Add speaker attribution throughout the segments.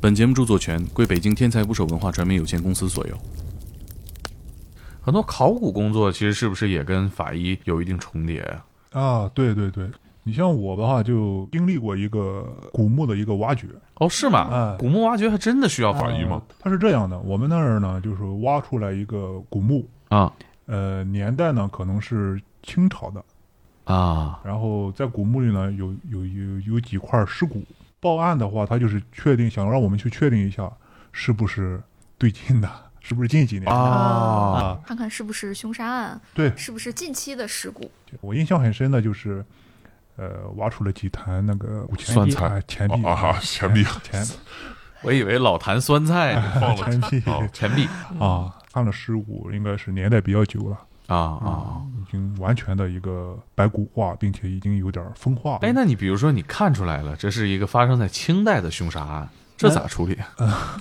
Speaker 1: 本节目著作权归北京天才捕手文化传媒有限公司所有。很多考古工作其实是不是也跟法医有一定重叠啊？
Speaker 2: 啊，对对对，你像我的话，就经历过一个古墓的一个挖掘。
Speaker 1: 哦，是吗？
Speaker 2: 哎
Speaker 1: 古墓挖掘还真的需要法医吗？
Speaker 2: 呃它是这样的，我们那儿呢，就是挖出来一个古墓，
Speaker 1: 啊
Speaker 2: 呃，年代呢可能是清朝的，
Speaker 1: 啊
Speaker 2: 然后在古墓里呢有有有有几块尸骨。报案的话，他就是确定想让我们去确定一下是不是最近的，是不是近几年的
Speaker 1: 啊！
Speaker 2: 啊？
Speaker 3: 看看是不是凶杀案，
Speaker 2: 对，
Speaker 3: 是不是近期的事故。
Speaker 2: 我印象很深的就是，呃，挖出了几坛那个古钱
Speaker 1: 酸
Speaker 2: 币
Speaker 1: 菜
Speaker 2: 啊，钱币
Speaker 4: 啊啊钱币
Speaker 2: 钱
Speaker 1: 我以为老坛酸菜呢，哦
Speaker 4: 放了
Speaker 2: 钱币
Speaker 4: 啊
Speaker 1: 钱币
Speaker 3: 嗯
Speaker 2: 啊，看了尸骨，应该是年代比较久了，
Speaker 1: 啊啊！
Speaker 2: 已经完全的一个白骨化，并且已经有点风化了。
Speaker 1: 哎，那你比如说你看出来了，这是一个发生在清代的凶杀案，这咋处理？啊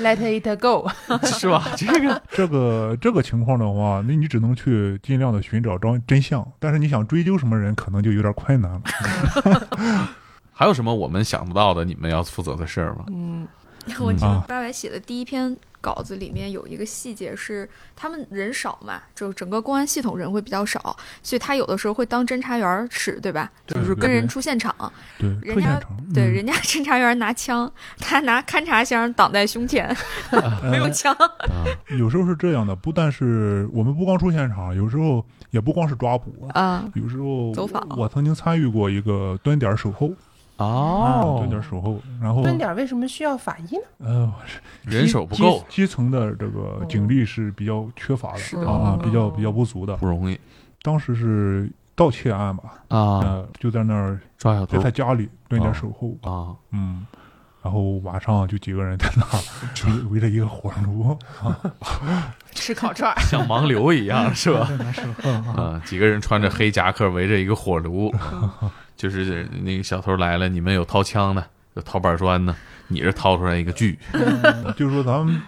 Speaker 5: Let it go，
Speaker 1: 是吧？这个
Speaker 2: 这个这个情况的话，那你只能去尽量的寻找真真相，但是你想追究什么人，可能就有点困 难了。
Speaker 1: 还有什么我们想不到的，你们要负责的事儿吗？
Speaker 5: 嗯，
Speaker 3: 我记得
Speaker 2: 啊
Speaker 3: 八百写的第一篇稿子里面有一个细节是，他们人少嘛，就整个公安系统人会比较少，所以他有的时候会当侦查员儿使，对吧？
Speaker 2: 对
Speaker 3: 就是
Speaker 2: 对
Speaker 3: 跟人
Speaker 2: 对
Speaker 3: 出现场，
Speaker 2: 对，
Speaker 3: 人
Speaker 2: 特
Speaker 3: 家
Speaker 2: 现场，
Speaker 3: 对，
Speaker 2: 嗯
Speaker 3: 人家侦查员拿枪，他拿勘察箱挡在胸 前，没有枪。
Speaker 1: 啊
Speaker 2: 有时候是这样的，不但是我们不光出现场，有时候也不光是抓捕，
Speaker 3: 啊，
Speaker 2: 有时候
Speaker 3: 走访
Speaker 2: 我曾经参与过一个蹲点守候，啊
Speaker 1: 哦
Speaker 2: 蹲点守候，然后
Speaker 5: 蹲点儿为什么需要法医呢？
Speaker 2: 呃，
Speaker 1: 人手不够
Speaker 2: 基，基层的这个警力是比较缺乏的，
Speaker 3: 是的
Speaker 2: 啊
Speaker 5: 嗯，
Speaker 2: 比较比较不足的。
Speaker 1: 不容易
Speaker 2: 当时是盗窃案吧，
Speaker 1: 啊，
Speaker 2: 呃，就在那儿
Speaker 1: 抓小
Speaker 2: 在
Speaker 1: 偷
Speaker 2: 他家里蹲点
Speaker 1: 哦
Speaker 2: 守候，
Speaker 1: 啊，
Speaker 2: 嗯，然后晚上就几个人在那儿围围着一个火炉，
Speaker 5: 吃烤串儿，
Speaker 1: 像盲流一 样是吧？
Speaker 2: 啊
Speaker 1: 啊，几个人穿着黑夹克围着一个火炉，嗯 就是那个小偷来了，你们有掏枪的，有掏板砖的，你这掏出来一个锯，
Speaker 3: 嗯
Speaker 2: 就是说咱们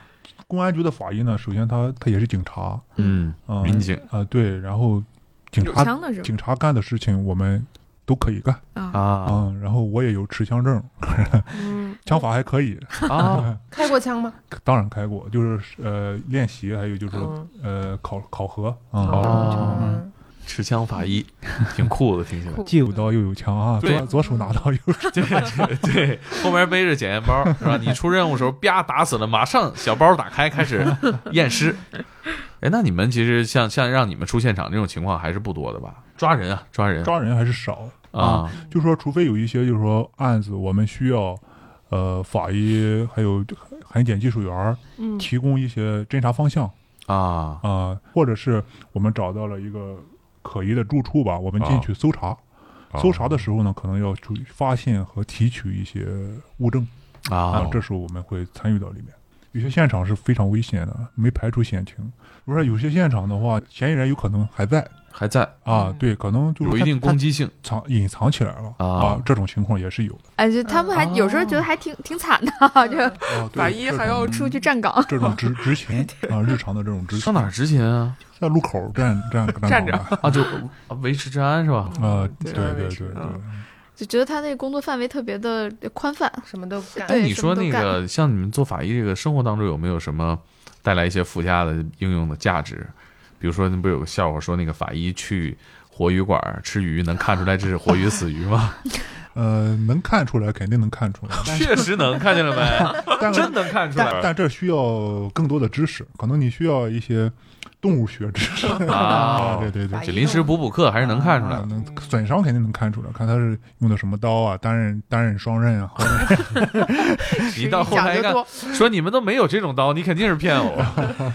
Speaker 2: 公安局的法医呢，首先他他也是警察啊
Speaker 1: 嗯，民警
Speaker 2: 啊，对，然后警
Speaker 3: 有
Speaker 2: 察
Speaker 3: 枪的是吗？
Speaker 2: 警察干的事情我们都可以干
Speaker 3: 啊，
Speaker 1: 啊
Speaker 2: 啊，然后我也有持枪证，
Speaker 5: 嗯，
Speaker 2: 枪法还可以，
Speaker 1: 啊，
Speaker 5: 开过枪吗？
Speaker 2: 当然开过，就是呃练习，还有就是说
Speaker 5: 嗯，
Speaker 2: 呃考考核
Speaker 1: 哦
Speaker 2: 啊，
Speaker 1: 哦持枪法医，挺酷的，听起来。
Speaker 5: 酷
Speaker 2: 既有刀又有枪啊，
Speaker 1: 对
Speaker 2: 左左手拿刀，右手
Speaker 1: 对对对，后面背着检验包是吧？你出任务时候，啪打死了，马上小包打开，开始验尸。哎，那你们其实像像让你们出现场这种情况还是不多的吧？抓人啊，抓人
Speaker 2: 抓人还是少，
Speaker 1: 啊
Speaker 2: 就说除非有一些就是说案子我们需要，呃法医还有痕检技术员儿
Speaker 5: 嗯
Speaker 2: 提供一些侦查方向
Speaker 1: 啊
Speaker 2: 啊、或者是我们找到了一个可疑的住处吧，我们进去搜查。
Speaker 4: 啊
Speaker 2: 搜查的时候呢，可能要注意发现和提取一些物证啊
Speaker 1: 啊，！
Speaker 2: 这时候我们会参与到里面。有些现场是非常危险的，没排除险情。如果说有些现场的话，嫌疑人有可能还在
Speaker 1: 还在
Speaker 2: 啊
Speaker 5: 嗯，
Speaker 2: 对，可能就是
Speaker 1: 有一
Speaker 2: 他
Speaker 1: 定攻击性
Speaker 2: 他藏隐藏起来了
Speaker 1: 啊
Speaker 2: 啊，这种情况也是有的。
Speaker 3: 哎，就他们还有时候觉得还挺挺惨的，这
Speaker 2: 啊，对
Speaker 3: 法医
Speaker 2: 这
Speaker 3: 还
Speaker 2: 种
Speaker 3: 要出去站岗。
Speaker 2: 这种执执勤啊，日常的这种执勤，
Speaker 1: 上哪儿执勤 啊？
Speaker 2: 在路口站站
Speaker 5: 站着
Speaker 2: 岗吧
Speaker 1: 啊，就啊维持治安是
Speaker 3: 哎
Speaker 1: 吧？
Speaker 2: 啊，
Speaker 5: 对
Speaker 2: 对对
Speaker 5: 是
Speaker 2: 对对
Speaker 5: 嗯
Speaker 3: 就觉得他那工作范围特别的宽泛。
Speaker 5: 什么都干。
Speaker 1: 哎，
Speaker 3: 对
Speaker 1: 你说
Speaker 3: 什
Speaker 1: 那
Speaker 3: 么都
Speaker 1: 个像你们做法医这个生活当中有没有什么带来一些附加的应用的价值？比如说，那不是有个笑话说那个法医去活鱼馆儿吃鱼，能看出来这是活鱼死鱼 吗？
Speaker 2: 呃，能看出来，肯定能看出来，
Speaker 1: 确实能，看见了没？
Speaker 2: 但
Speaker 1: 真
Speaker 2: 但
Speaker 1: 能看出
Speaker 2: 但
Speaker 1: 来
Speaker 2: 但这需要更多的知识，可能你需要一些动物学知识
Speaker 1: 啊！
Speaker 2: 啊，对对对
Speaker 5: 法。医
Speaker 1: 这临时补补课还是能看出来
Speaker 2: 啊
Speaker 1: 的。
Speaker 2: 能损伤肯定能看出来，看他是用的什么刀啊，单刃、单刃、双刃啊，或者
Speaker 1: 你到后
Speaker 5: 讲
Speaker 1: 台一
Speaker 5: 究
Speaker 1: 看，
Speaker 5: 多，
Speaker 1: 说你们都没有这种刀，你肯定是骗我。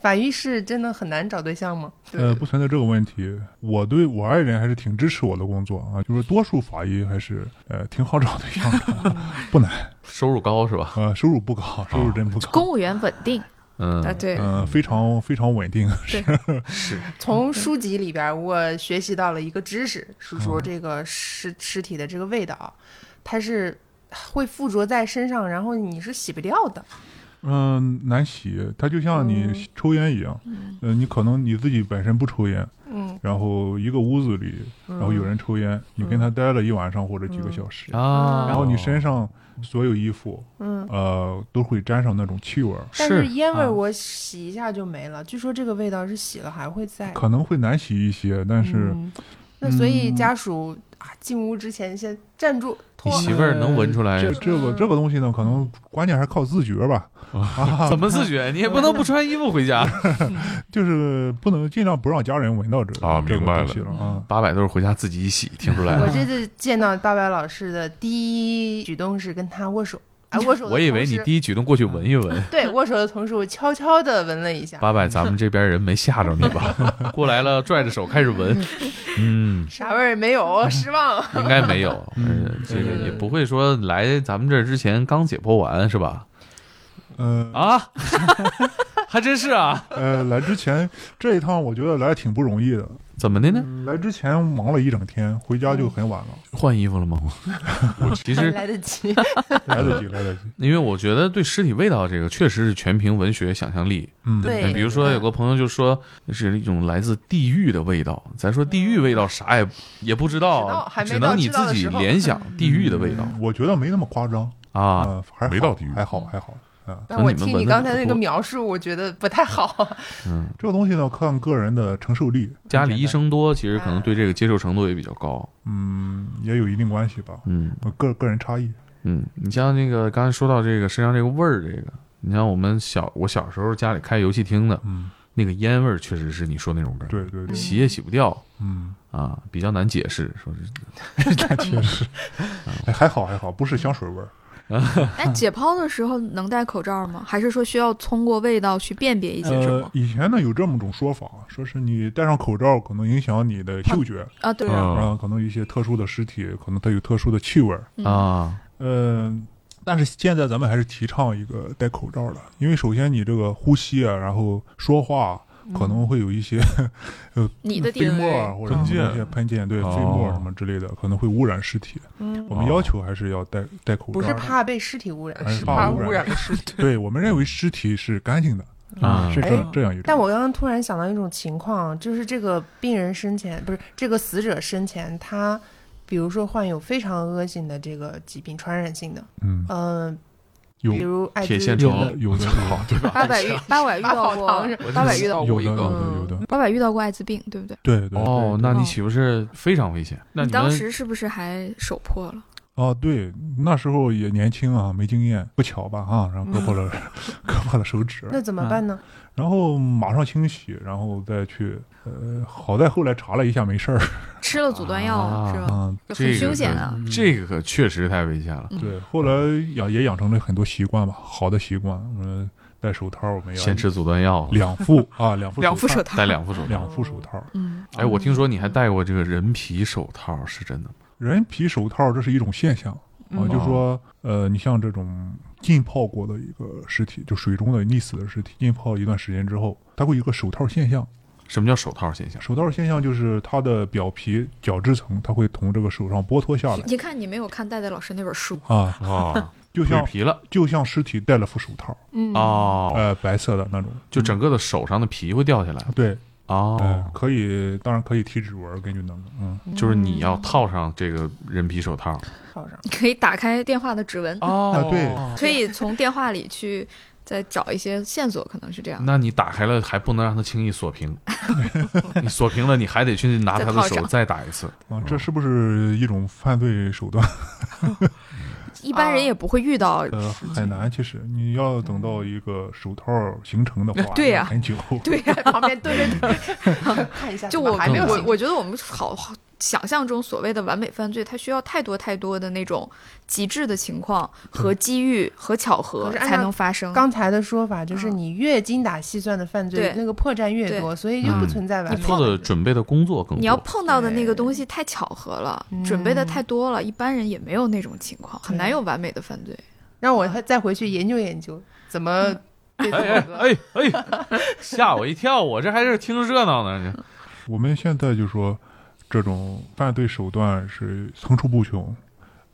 Speaker 5: 法医是真的很难找对象吗？
Speaker 2: 呃，不存在这个问题。我对我爱人还是挺支持我的工作啊，就是多数法医还是呃挺好找对象的， 不难。
Speaker 1: 收入高是吧？
Speaker 2: 呃，收入不高，收入真不
Speaker 5: 啊
Speaker 2: 高，
Speaker 3: 公务员稳定
Speaker 1: 嗯
Speaker 3: 啊，对，
Speaker 2: 嗯、非常非常稳定。
Speaker 5: 从书籍里边儿，我学习到了一个知识，是说这个尸尸体的这个味道，它是会附着在身上，然后你是洗不掉的。
Speaker 2: 嗯，难洗，它就像
Speaker 5: 嗯
Speaker 2: 你抽烟一样，
Speaker 3: 嗯
Speaker 2: 嗯、你可能你自己本身不抽烟，
Speaker 5: 嗯，
Speaker 2: 然后一个屋子里，然后有人抽烟，你跟他待了一晚上或者几个小时，
Speaker 1: 啊，
Speaker 2: 然后你
Speaker 5: 哦
Speaker 2: 身上所有衣服，
Speaker 5: 嗯，嗯，
Speaker 2: 呃，都会沾上那种气味儿，
Speaker 5: 但是
Speaker 1: 哦是
Speaker 5: 烟味
Speaker 1: 啊
Speaker 5: 儿我洗一下就没了，据说这个味道是洗了还会在，
Speaker 2: 可能会难洗一些，但是
Speaker 5: 嗯那所以
Speaker 2: 嗯
Speaker 5: 家属啊进屋之前先站住，
Speaker 1: 你
Speaker 5: 脱
Speaker 1: 媳妇儿能闻出来
Speaker 2: 这这个这个东西呢，可能关键还是靠自觉吧，
Speaker 1: 怎么自觉？你也不能不穿衣服回家。
Speaker 2: 就是不能尽量不让家人闻到这
Speaker 1: 啊
Speaker 2: 这个
Speaker 1: 明白
Speaker 2: 东西了啊。
Speaker 1: 八百都是回家自己一洗，听出来
Speaker 5: 我
Speaker 1: 了。
Speaker 5: 这次见到大白老师的第一举动是跟他握手，哎，握手的同时。
Speaker 1: 我以为你第一举动过去闻一闻。
Speaker 5: 对握手的同时，我悄悄的闻了一下，
Speaker 1: 八百，咱们这边人没吓着你吧？ 过来了，拽着手开始闻，嗯，
Speaker 5: 啥味儿也 没有，失望。
Speaker 1: 应该没有，
Speaker 2: 嗯
Speaker 1: 呃这
Speaker 5: 对
Speaker 1: 个
Speaker 5: 对
Speaker 1: 也
Speaker 5: 对
Speaker 1: 不会说来咱们这儿之前刚解剖完是吧？
Speaker 2: 呃
Speaker 1: 啊， 还真是啊，
Speaker 2: 呃，来之前这一趟我觉得来挺不容易的，
Speaker 1: 怎么的呢？
Speaker 2: 嗯来之前忙了一整天，回家就很晚了，
Speaker 1: 换衣服了吗？ 我其实
Speaker 5: 来得及，
Speaker 2: 来得及，来得及。
Speaker 1: 因为我觉得对尸体味道这个确实是全凭文学想象力。
Speaker 2: 嗯，
Speaker 5: 对
Speaker 1: 比如说有个朋友就说是一种来自地狱的味道，咱说地狱味道啥也也不知
Speaker 5: 不知
Speaker 1: 道
Speaker 5: 道，还没
Speaker 1: 只能
Speaker 5: 到
Speaker 1: 你
Speaker 5: 知道
Speaker 1: 自
Speaker 5: 的
Speaker 1: 己
Speaker 5: 时候嗯
Speaker 1: 联想地狱的味道
Speaker 2: 嗯我觉得没那么夸张
Speaker 1: 啊。
Speaker 2: 呃还好
Speaker 4: 没到地狱
Speaker 2: 还好还好。啊，
Speaker 5: 但我
Speaker 1: 可能你们
Speaker 5: 听
Speaker 1: 闻
Speaker 5: 你
Speaker 1: 得
Speaker 5: 刚才
Speaker 1: 不
Speaker 5: 那个
Speaker 1: 多
Speaker 5: 描述，我觉得不太好。
Speaker 1: 嗯，
Speaker 2: 这个东西呢，看个人的承受力。
Speaker 1: 家里医生
Speaker 5: 嗯
Speaker 1: 多，其实可能对这个接受程度也比较高。
Speaker 2: 嗯，也有一定关系吧，
Speaker 1: 嗯
Speaker 2: 呃个个人差异。
Speaker 1: 嗯，你像那个刚才说到这个身上这个味儿，这个你像我们小我小时候家里开游戏厅的
Speaker 2: 嗯，
Speaker 1: 那个烟味儿，确实是你说那种味儿，
Speaker 2: 对对对，
Speaker 1: 洗也洗不掉
Speaker 2: 嗯，
Speaker 1: 啊，比较难解释。说是
Speaker 2: 确实，哎，还好还好，不是香水味儿。
Speaker 3: 哎，解剖的时候能戴口罩吗？还是说需要通过味道去辨别一些什
Speaker 2: 呃
Speaker 3: 么？，
Speaker 2: 以前呢有这么种说法，说是你戴上口罩可能影响你的嗅觉，
Speaker 3: 啊，对啊，
Speaker 4: 嗯
Speaker 2: 啊，可能一些特殊的尸体可能它有特殊的气味儿。
Speaker 3: 嗯
Speaker 1: 啊，
Speaker 2: 嗯，但是现在咱们还是提倡一个戴口罩的，因为首先你这个呼吸啊，然后说话可能会有一些
Speaker 5: 嗯
Speaker 3: 你的
Speaker 2: 飞沫啊
Speaker 3: DNA
Speaker 2: 或者什么一些喷溅，对
Speaker 4: 哦
Speaker 2: 飞沫什么之类的，可能会污染尸体。
Speaker 5: 嗯，
Speaker 2: 我们要求还是要戴戴口罩的，
Speaker 5: 不是怕被尸体污染，
Speaker 2: 哎
Speaker 5: 是
Speaker 2: 怕
Speaker 5: 怕
Speaker 2: 污
Speaker 5: 污
Speaker 2: 染
Speaker 5: 染了尸体。
Speaker 2: 对我们认为尸体是干净的
Speaker 4: 嗯
Speaker 1: 啊
Speaker 2: 是这
Speaker 5: 哎
Speaker 2: 这样一种。
Speaker 5: 但我刚刚突然想到一种情况，就是这个病人生前不是这个死者生前，他比如说患有非常恶性的这个疾病，传染性的，
Speaker 2: 嗯，
Speaker 5: 嗯、
Speaker 2: 有
Speaker 5: 比如艾滋
Speaker 1: 铁线
Speaker 2: 有
Speaker 1: 虫
Speaker 2: 的有的
Speaker 4: 好对吧？
Speaker 3: 八百遇八百遇
Speaker 5: 八
Speaker 3: 到
Speaker 5: 宝
Speaker 3: 过
Speaker 5: 堂是，
Speaker 1: 我
Speaker 5: 八百
Speaker 1: 就
Speaker 5: 遇到
Speaker 2: 有的
Speaker 5: 过一
Speaker 2: 有
Speaker 5: 个，
Speaker 2: 的有的，
Speaker 3: 八百遇到过艾滋病，对不对？
Speaker 2: 对对对
Speaker 1: 嗯哦，那你
Speaker 3: 嗯
Speaker 1: 岂不是非常危险？那
Speaker 3: 你
Speaker 1: 你
Speaker 3: 当
Speaker 1: 们
Speaker 3: 时是不是还手破了？
Speaker 2: 哦，对，那时候也年轻啊，没经验，不巧吧哈，然后割破了 割破了手指，
Speaker 5: 那怎么办呢？
Speaker 3: 嗯
Speaker 2: 然后马上清洗，然后再去，呃，好在后来查了一下没事儿，
Speaker 3: 吃了阻断药
Speaker 1: 啊
Speaker 3: 是吧？
Speaker 2: 嗯，
Speaker 1: 这
Speaker 3: 很
Speaker 1: 个嗯
Speaker 3: 凶险
Speaker 1: 可
Speaker 3: 啊！
Speaker 1: 这个可确实太危险了。
Speaker 3: 嗯
Speaker 2: 对，后来养也养成了很多习惯吧，好的习惯，我们戴手套，我们要
Speaker 1: 先 吃阻断药，
Speaker 2: 两副啊，两副
Speaker 3: 两副
Speaker 2: 手
Speaker 3: 手
Speaker 2: 套，
Speaker 3: 套
Speaker 1: 戴，两副手套。
Speaker 2: 两副手套，
Speaker 3: 嗯，
Speaker 1: 哎，我听说你还戴过这个人皮手套，是真的吗？
Speaker 2: 人皮手套这是一种现象啊，
Speaker 5: 嗯
Speaker 2: 就说，呃，你像这种浸泡过的一个尸体，就水中的溺死的尸体，浸泡一段时间之后，它会有一个手套现象。
Speaker 1: 什么叫手套现象？
Speaker 2: 手套现象就是它的表皮角质层，它会从这个手上剥脱下 来
Speaker 3: 你看你没有看戴戴老师那本书，
Speaker 2: 啊，
Speaker 1: 哦，
Speaker 2: 就
Speaker 1: 蜕
Speaker 2: 像
Speaker 1: 皮了
Speaker 2: 就像尸体戴了副手套，
Speaker 5: 嗯，
Speaker 1: 哦，
Speaker 2: 呃，白色的那种，
Speaker 1: 就整个的手上的皮会掉下来
Speaker 2: 对，
Speaker 1: 哦
Speaker 2: 呃，，可以，当然可以提指纹，根据能力，嗯，
Speaker 1: 就是你要套上这个人皮手套
Speaker 5: 套 上。
Speaker 3: 你可以打开电话的指纹，
Speaker 1: 哦
Speaker 2: 啊对
Speaker 3: 可以从电话里去再找一些线索，可能是这样。
Speaker 1: 那你打开了还不能让它轻易锁屏，你锁屏了你还得去拿他的
Speaker 3: 再套
Speaker 1: 手
Speaker 3: 上
Speaker 1: 再打一 次，
Speaker 2: 啊，这是不是一种犯罪手段？
Speaker 3: 一般
Speaker 1: 啊
Speaker 3: 人也不会遇到。
Speaker 2: 呃，很难，其实你要等到一个手套形成的话，
Speaker 3: 呃对呀
Speaker 2: 很 久，
Speaker 3: 对呀、
Speaker 5: 在旁边蹲着 等，看一下，
Speaker 3: 就
Speaker 5: 怎么
Speaker 3: 我
Speaker 5: 还没有
Speaker 1: 嗯
Speaker 5: 醒
Speaker 3: 我我觉得我们好好想象中所谓的完美犯罪，它需要太多太多的那种极致的情况和机遇和巧合
Speaker 5: 可是按照
Speaker 3: 才能发生。
Speaker 5: 刚才的说法就是，
Speaker 3: 嗯
Speaker 5: 你越精打细算的犯罪
Speaker 3: 对，
Speaker 5: 那个破绽越多，所以就不存在完
Speaker 1: 你
Speaker 5: 美。
Speaker 1: 做的准备的工嗯作更
Speaker 3: 你要
Speaker 1: 多。
Speaker 3: 碰到的那个东西太巧合了，准备的太多了，一般人也没有那种情况，很难有完美的犯罪。
Speaker 5: 让我再回去研究研究怎么
Speaker 3: 嗯
Speaker 5: 对付
Speaker 1: 哎
Speaker 5: 这个。
Speaker 1: 哎哎哎， 吓我一跳！我这还是听热闹呢。这
Speaker 2: 我们现在就说，这种犯罪手段是层出不穷，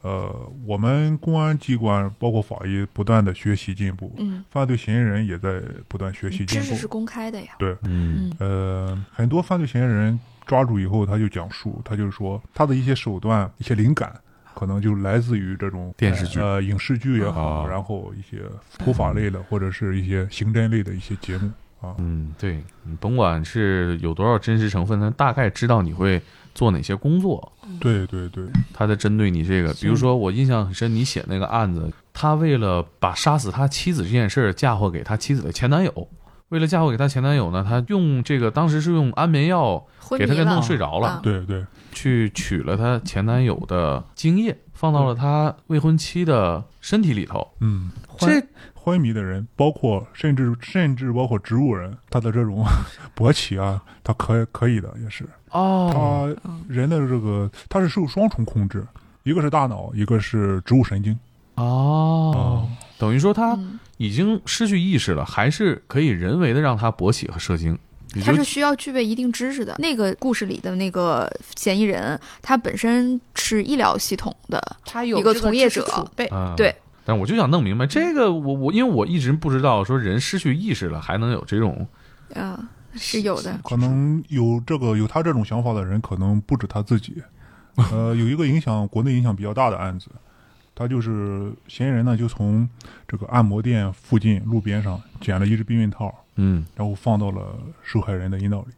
Speaker 2: 呃，我们公安机关包括法医不断的学习进步，
Speaker 3: 嗯，
Speaker 2: 犯罪嫌疑人也在不断学习进
Speaker 3: 知识是
Speaker 2: 步。
Speaker 3: 公开的呀。
Speaker 1: 嗯
Speaker 3: 嗯
Speaker 2: 呃，很多犯罪嫌疑人抓住以后，他就讲述，他就是说他的一些手段、一些灵感，可能就来自于这种
Speaker 1: 电视剧
Speaker 2: 呃、影视剧也好，
Speaker 1: 哦
Speaker 2: 然后一些普法类的或者是一些刑侦类的一些节目啊。
Speaker 1: 嗯，对你甭管是有多少真实成分，他大概知道你会做哪些工作，
Speaker 3: 嗯
Speaker 2: 对对对，
Speaker 1: 他在针对你这个。比如说，我印象很深，你写那个案子，他为了把杀死他妻子这件事儿嫁祸给他妻子的前男友，为了嫁祸给他前男友呢，他用这个当时是用安眠药
Speaker 3: 昏
Speaker 1: 给
Speaker 3: 迷
Speaker 1: 他给
Speaker 3: 了
Speaker 1: 弄睡着了，
Speaker 3: 啊
Speaker 2: 对对，
Speaker 1: 去取了他前男友的精液，放到了他未婚妻的身体里头。
Speaker 2: 嗯，
Speaker 1: 这
Speaker 2: 昏迷的人，包括甚至甚至包括植物人，他的这 种勃起啊，他可可以的，也是
Speaker 1: 哦，
Speaker 2: 他
Speaker 3: 嗯
Speaker 2: 人的这个他是受双重控制，一个是大脑，一个是植物神经啊
Speaker 1: 哦，等于说他
Speaker 3: 嗯
Speaker 1: 已经失去意识了，还是可以人为的让他勃起和射精。也
Speaker 3: 他
Speaker 1: 就是
Speaker 3: 需要具备一定知识的。那个故事里的那个嫌疑人，他本身是医疗系统的，
Speaker 5: 他有
Speaker 3: 一个
Speaker 5: 这
Speaker 3: 从业
Speaker 5: 知识
Speaker 3: 者
Speaker 5: 储备，
Speaker 1: 啊，
Speaker 3: 对。
Speaker 1: 但我就想弄明白这个，我我因为我一直不知道说人失去意识了还能有这种
Speaker 3: 啊，是有的。
Speaker 2: 可能有这个有他这种想法的人，可能不止他自己。 呃，有一个影响国内影响比较大的案子，他就是嫌疑人呢，就从这个按摩店附近路边上捡了一只避孕套，
Speaker 1: 嗯
Speaker 2: 然后放到了受害人的阴道里。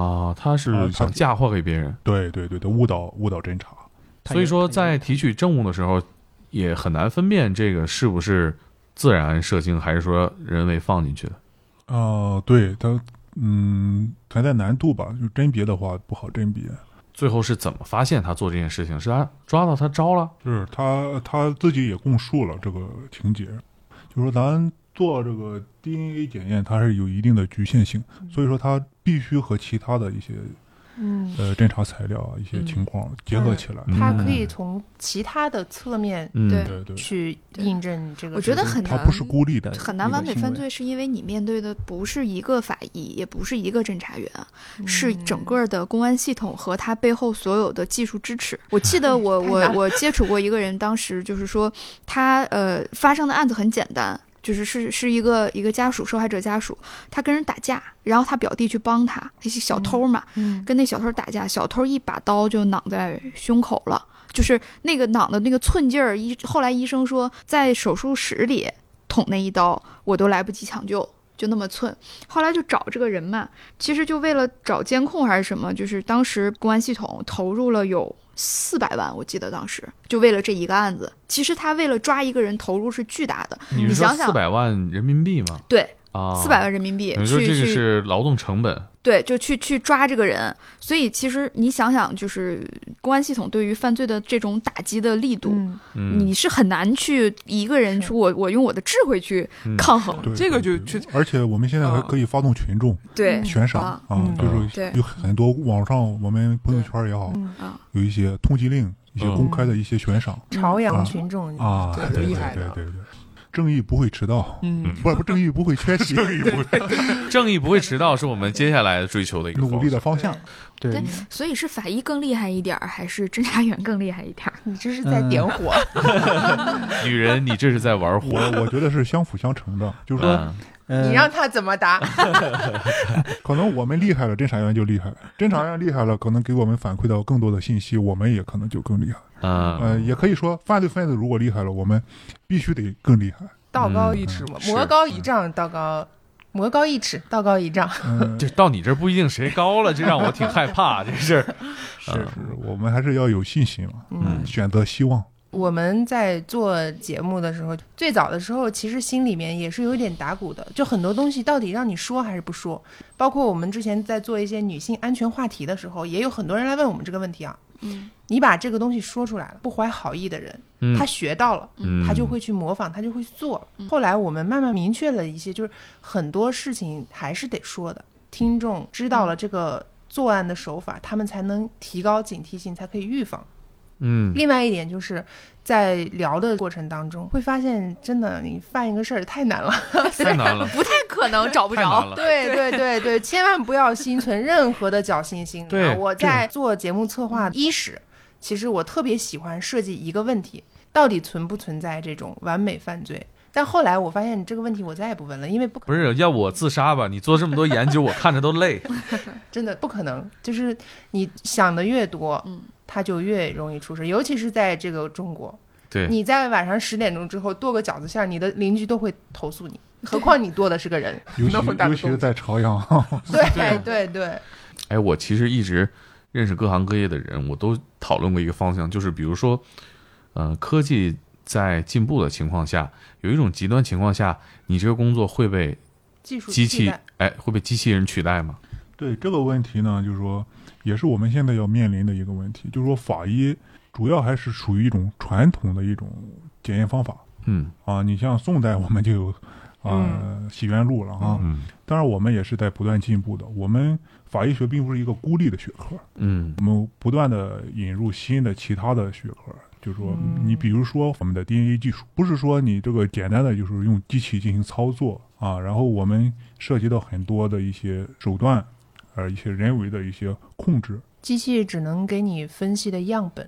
Speaker 1: 啊，他
Speaker 2: 啊
Speaker 1: 是
Speaker 2: 他
Speaker 1: 想嫁祸给别人，
Speaker 2: 对对对对，误导误导侦查。
Speaker 1: 所以说在提取证物的时候也很难分辨这个是不是自然射精还是说人为放进去的。
Speaker 2: 哦、对他，嗯，存在难度吧，就甄别的话不好甄别。
Speaker 1: 最后是怎么发现他做这件事情？是他抓到他招了？
Speaker 2: 就是他他自己也供述了这个情节，就说咱做这个 DNA 检验，它是有一定的局限性，
Speaker 3: 嗯
Speaker 2: 所以说他必须和其他的一些
Speaker 5: 嗯，
Speaker 2: 呃侦查材料啊、一些
Speaker 3: 嗯
Speaker 2: 情况结合起来。
Speaker 1: 嗯
Speaker 5: 他可以从其他的侧面
Speaker 1: 嗯，
Speaker 3: 对
Speaker 2: 对对，
Speaker 5: 去印证你这个。
Speaker 3: 我觉得很
Speaker 2: 他
Speaker 3: 难
Speaker 2: 不是孤立的，
Speaker 3: 很难完美犯。罪，是因为你面对的不是一个法医，也不是一个侦查员，是整
Speaker 5: 嗯
Speaker 3: 个的公安系统和他背后所有的技术支持。我记得我
Speaker 5: 哎太难
Speaker 3: 我
Speaker 5: 了
Speaker 3: 我接触过一个人，当时就是说他呃发生的案子很简单，就是是是一个一个家属受害者家属，他跟人打架，然后他表弟去帮他，他是小偷嘛，
Speaker 5: 嗯
Speaker 3: 跟那小偷打架，小偷一把刀就攮在胸口了，就是那个攮的那个寸劲儿。医后来医生说，在手术室里捅那一刀，我都来不及抢救，就那么寸。后来就找这个人嘛，其实就为了找监控还是什么，就是当时公安系统投入了有。四百万，我记得当时就为了这一个案子。其实他为了抓一个人投入是巨大的，
Speaker 1: 你是
Speaker 3: 你
Speaker 1: 说
Speaker 3: 想想
Speaker 1: 四百万人民币吗？
Speaker 3: 对，
Speaker 1: 啊，
Speaker 3: 四百万人民币
Speaker 1: 等于
Speaker 3: 去
Speaker 1: 说这个
Speaker 3: 去
Speaker 1: 是劳动成本，
Speaker 3: 对，就去去抓这个人。所以其实你想想，就是公安系统对于犯罪的这种打击的力度，
Speaker 5: 嗯，
Speaker 1: 嗯
Speaker 3: 你，是很难去一个人
Speaker 5: 是
Speaker 3: 说我我用我的智慧去
Speaker 1: 嗯
Speaker 3: 抗衡。
Speaker 2: 对
Speaker 4: 这个
Speaker 2: 对
Speaker 4: 就
Speaker 2: 对
Speaker 4: 嗯
Speaker 2: 而且我们现在还可以发动群众
Speaker 3: 对
Speaker 5: 嗯
Speaker 2: 悬赏
Speaker 3: 啊
Speaker 2: 啊，
Speaker 5: 嗯
Speaker 2: 就是
Speaker 3: 对
Speaker 2: 有很多网上我们朋友圈也好，
Speaker 5: 嗯
Speaker 3: 啊，
Speaker 2: 有一些通缉令，一些
Speaker 1: 嗯
Speaker 2: 公开的一些悬赏
Speaker 5: 朝
Speaker 2: 啊
Speaker 5: 阳群众
Speaker 2: 啊，
Speaker 4: 对
Speaker 2: 对
Speaker 4: 厉
Speaker 2: 对
Speaker 4: 害
Speaker 2: 对
Speaker 4: 的
Speaker 2: 对对，正义不会迟到，
Speaker 4: 嗯，
Speaker 2: 不不，正义不会缺席，正义不会
Speaker 1: 正义不会迟到是我们接下来追求的一个
Speaker 2: 努
Speaker 1: 方
Speaker 2: 力
Speaker 1: 向。
Speaker 2: 的方向。
Speaker 4: 对
Speaker 3: 对，所以是法医更厉害一点儿，还是侦查员更厉害一点儿？
Speaker 5: 你这是在点火，
Speaker 1: 女人，你这是在玩火。
Speaker 2: 我我觉得是相辅相成的，就是说，
Speaker 1: 嗯
Speaker 4: 嗯
Speaker 5: 你让他怎么答？
Speaker 2: 可能我们厉害了，侦查员就厉害；侦查员厉害了，可能给我们反馈到更多的信息，我们也可能就更厉害。呃，
Speaker 1: 嗯，
Speaker 2: 也可以说，犯罪分子如果厉害了，我们必须得更厉害。
Speaker 5: 道高
Speaker 1: 嗯
Speaker 5: 一尺嘛，
Speaker 1: 是
Speaker 5: 魔高一丈，道高。魔高一尺，道高一丈。
Speaker 2: 嗯，
Speaker 1: 这到你这儿不一定谁高了，这让我挺害怕。这事儿，
Speaker 2: 是是，我们还是要有信心嘛，
Speaker 5: 嗯，
Speaker 2: 选择希望。
Speaker 5: 我们在做节目的时候，最早的时候其实心里面也是有一点打鼓的，就很多东西到底让你说还是不说。包括我们之前在做一些女性安全话题的时候，也有很多人来问我们这个问题啊。
Speaker 3: 嗯，
Speaker 5: 你把这个东西说出来了，不怀好意的人，
Speaker 1: 嗯
Speaker 5: 他学到了，
Speaker 1: 嗯
Speaker 5: 他就会去模仿，他就会做。后来我们慢慢明确了一些，就是很多事情还是得说的。听众知道了这个作案的手法，他们才能提高警惕性，才可以预防。
Speaker 1: 嗯
Speaker 5: 另外一点就是在聊的过程当中，会发现真的你犯一个事儿太难了。
Speaker 1: 太难 了，
Speaker 3: 不太可能找不
Speaker 1: 太难
Speaker 3: 着。
Speaker 1: 了。
Speaker 5: 对 对对对，千万不要心存任何的侥幸心理啊。
Speaker 1: 对
Speaker 5: 我在做节目策划伊始。其实我特别喜欢设计一个问题，到底存不存在这种完美犯罪？但后来我发现这个问题我再也不问了，因为不可
Speaker 1: 不是要我自杀吧？你做这么多研究，我看着都累。
Speaker 5: 真的不可能，就是你想的越多，
Speaker 3: 嗯
Speaker 5: 它就越容易出事，尤其是在这个中国，
Speaker 1: 对，
Speaker 5: 你在晚上十点钟之后剁个饺子馅儿，你的邻居都会投诉你，何况你剁的是个人，
Speaker 2: 尤其
Speaker 5: 那么大
Speaker 2: 尤
Speaker 5: 的
Speaker 2: 其是
Speaker 5: 动
Speaker 2: 在朝阳，
Speaker 5: 对对对，
Speaker 1: 哎，我其实一直认识各行各业的人，我都讨论过一个方向，就是比如说，呃，科技在进步的情况下，有一种极端情况下，你这个工作会被
Speaker 5: 技术
Speaker 1: 机
Speaker 5: 替
Speaker 1: 器
Speaker 5: 代，
Speaker 1: 哎会被机器人取代吗？
Speaker 2: 对这个问题呢，就是说，也是我们现在要面临的一个问题，就是说法医主要还是属于一种传统的一种检验方法
Speaker 1: 嗯
Speaker 2: 啊。你像宋代我们就有啊洗冤录了啊，
Speaker 1: 嗯
Speaker 2: 当然我们也是在不断进步的。我们法医学并不是一个孤立的学科，
Speaker 1: 嗯
Speaker 2: 我们不断的引入新的其他的学科。就是说，你比如说我们的 DNA 技术，不是说你这个简单的就是用机器进行操作啊，然后我们涉及到很多的一些手段，呃，一些人为的一些控制。
Speaker 5: 机器只能给你分析的样本，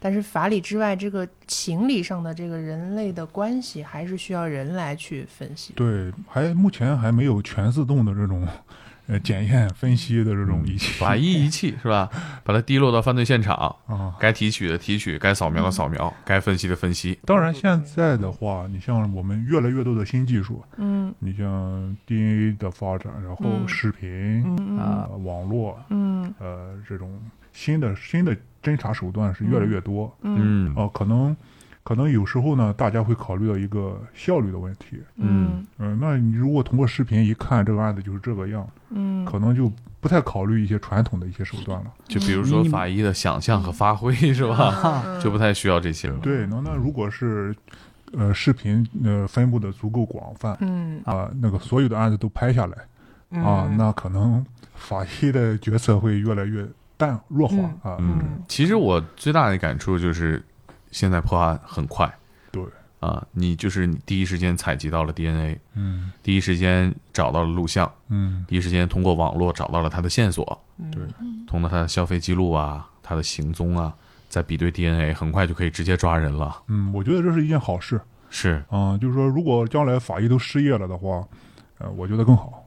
Speaker 5: 但是法理之外，这个情理上的这个人类的关系还是需要人来去分析。
Speaker 2: 对，还目前还没有全自动的这种， 呃，检验分析的这种仪器
Speaker 1: 法医仪器是吧？把它滴落到犯罪现场，
Speaker 2: 啊。
Speaker 1: 该提取的提取，该扫描的扫描，该分析的分析。
Speaker 2: 当然，现在的话，你像我们越来越多的新技术，
Speaker 5: 嗯
Speaker 2: 你像 DNA 的发展，然后
Speaker 5: 嗯
Speaker 2: 视频
Speaker 5: 嗯嗯
Speaker 2: 啊、网络，
Speaker 5: 嗯
Speaker 2: 呃，这种新的新的侦查手段是越来越多
Speaker 5: 嗯
Speaker 1: 嗯
Speaker 2: 啊、可能可能有时候呢，大家会考虑到一个效率的问题。
Speaker 5: 嗯
Speaker 2: 嗯、那你如果通过视频一看这个案子就是这个样，
Speaker 5: 嗯，
Speaker 2: 可能就不太考虑一些传统的一些手段了。
Speaker 1: 就比如说
Speaker 4: 你
Speaker 1: 法医的想象和发挥是吧？
Speaker 5: 嗯
Speaker 1: 就不太需要这些了。
Speaker 2: 对，那那如果是呃视频呃分布的足够广泛
Speaker 5: 嗯
Speaker 2: 啊、那个所有的案子都拍下来
Speaker 5: 嗯
Speaker 2: 啊、那可能法医的决策会越来越淡弱化
Speaker 5: 嗯
Speaker 2: 啊。
Speaker 1: 嗯，其实我最大的感触就是，现在破案很快。
Speaker 2: 对
Speaker 1: 啊，你就是你第一时间采集到了 DNA，
Speaker 2: 嗯
Speaker 1: 第一时间找到了录像，
Speaker 2: 嗯，
Speaker 1: 第一时间通过网络找到了他的线索，
Speaker 2: 对
Speaker 3: 嗯
Speaker 1: 通过他的消费记录啊，他的行踪啊，再比对 DNA，很快就可以直接抓人了。
Speaker 2: 嗯，我觉得这是一件好事。
Speaker 1: 是，
Speaker 2: 啊、就是说，如果将来法医都失业了的话，呃，我觉得更好。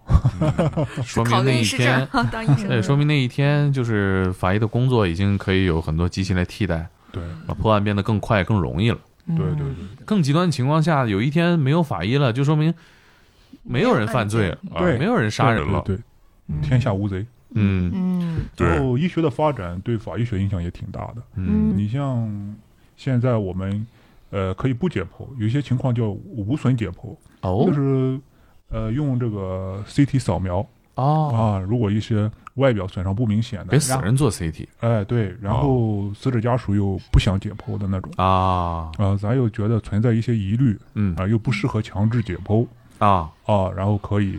Speaker 1: 说
Speaker 3: 考
Speaker 1: 明
Speaker 3: 个
Speaker 1: 那一
Speaker 3: 医师证
Speaker 1: 天
Speaker 3: 儿，当医 生
Speaker 1: 对，说明那一天就是法医的工作已经可以有很多机器来替代，
Speaker 2: 对，
Speaker 1: 把破案变得更快、更容易了。
Speaker 5: 对
Speaker 2: 对，对，对，
Speaker 1: 更极端的情况下，有一天没有法医了，就说明没有人犯罪了，啊
Speaker 2: 对
Speaker 1: 没有人杀人了。
Speaker 2: 对，对天下无贼。
Speaker 1: 嗯
Speaker 5: 嗯
Speaker 2: 然后医学的发展对法医学影响也挺大的。
Speaker 1: 嗯
Speaker 2: 你像现在我们，呃，可以不解剖，有一些情况叫无损解剖，就
Speaker 1: 哦
Speaker 2: 是呃用这个 CT 扫描
Speaker 1: 哦，
Speaker 2: 啊，如果一些外表损伤不明显的，
Speaker 1: 给死
Speaker 2: 然后
Speaker 1: 人哦做 CT
Speaker 2: 哎对，然后死者家属又不想解剖的那种。
Speaker 1: 啊，
Speaker 2: 啊、咱又觉得存在一些疑虑
Speaker 1: 嗯
Speaker 2: 啊、又不适合强制解剖，
Speaker 1: 啊，
Speaker 2: 啊，然后可以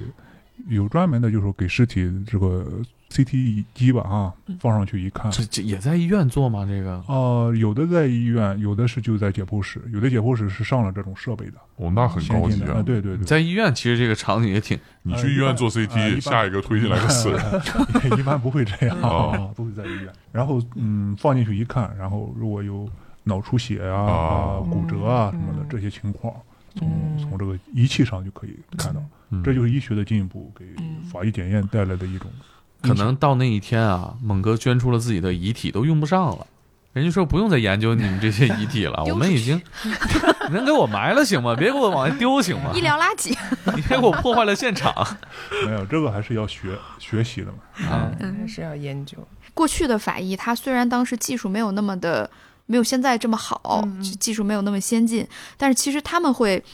Speaker 2: 有专门的，就是说给尸体这个 CT 机吧，啊，
Speaker 5: 嗯
Speaker 2: 放上去一看。
Speaker 1: 这这也在医院做吗？这个
Speaker 2: 哦、有的在医院，有的是就在解剖室，有的解剖室是上了这种设备的，
Speaker 4: 哦，那很
Speaker 2: 先
Speaker 4: 高
Speaker 2: 进
Speaker 4: 级
Speaker 2: 的。啊，
Speaker 4: 啊！
Speaker 2: 对对对，
Speaker 1: 在医院其实这个场景也挺
Speaker 4: 你去医院做
Speaker 2: 呃一
Speaker 4: CT，
Speaker 2: 般
Speaker 4: 下一个推进来个死 人，
Speaker 2: 人一般不会这样，
Speaker 4: 哦
Speaker 2: 啊，都是在医院。然后嗯，放进去一看，然后如果有脑出血啊、
Speaker 4: 哦
Speaker 2: 啊骨折啊什
Speaker 5: 嗯
Speaker 2: 么的
Speaker 5: 嗯
Speaker 2: 这些情况，从
Speaker 5: 嗯
Speaker 2: 从这个仪器上就可以看到，这就是医学的进步给
Speaker 5: 嗯
Speaker 2: 法医检验带来的一种
Speaker 1: 可能到那一天啊，猛哥捐出了自己的遗体都用不上了。人家说不用再研究你们这些遗体 了，
Speaker 3: 丢
Speaker 1: 我们
Speaker 3: 出
Speaker 1: 已
Speaker 3: 去
Speaker 1: 经 能给我埋了行吗？别给我往外丢行 吗
Speaker 3: 医？疗垃圾，
Speaker 1: 你别给我破坏了现场。
Speaker 2: 没有，这个还是要学学习的嘛。
Speaker 1: 啊
Speaker 5: 嗯，还是要研究。
Speaker 3: 过去的法医，他虽然当时技术没有那么的，没有现在这么好，
Speaker 5: 嗯嗯
Speaker 3: 技技术没有那么先进，但是其实他们会